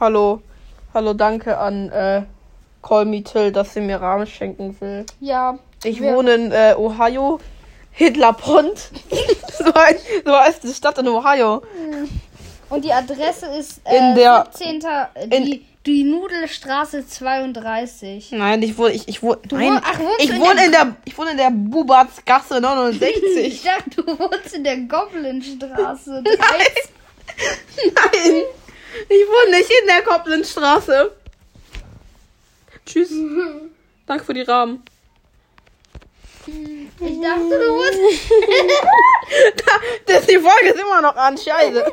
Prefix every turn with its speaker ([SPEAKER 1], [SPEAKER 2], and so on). [SPEAKER 1] Hallo. Hallo, danke an äh, Call Me Till, dass sie mir Rahmen schenken will.
[SPEAKER 2] Ja.
[SPEAKER 1] Ich
[SPEAKER 2] wir-
[SPEAKER 1] wohne in äh, Ohio. Hitlerpont. so, heißt- so heißt die Stadt in Ohio.
[SPEAKER 2] Und die Adresse ist äh,
[SPEAKER 1] In der-
[SPEAKER 2] 17.
[SPEAKER 1] in-
[SPEAKER 2] die, die Nudelstraße 32.
[SPEAKER 1] Nein, ich wohne, ich, ich wohne,
[SPEAKER 2] Du
[SPEAKER 1] nein,
[SPEAKER 2] wohn- ach, wohnst
[SPEAKER 1] ich
[SPEAKER 2] du in
[SPEAKER 1] wohne in der, ich wohne in der Bubatzgasse
[SPEAKER 2] Ich
[SPEAKER 1] 69.
[SPEAKER 2] dachte, du wohnst in der Goblinstraße 13.
[SPEAKER 1] nein, ich wohne nicht in der Koblenzstraße. Tschüss. Danke für die Rahmen.
[SPEAKER 2] Ich dachte, du wohnst.
[SPEAKER 1] das, die Folge ist immer noch an, scheiße.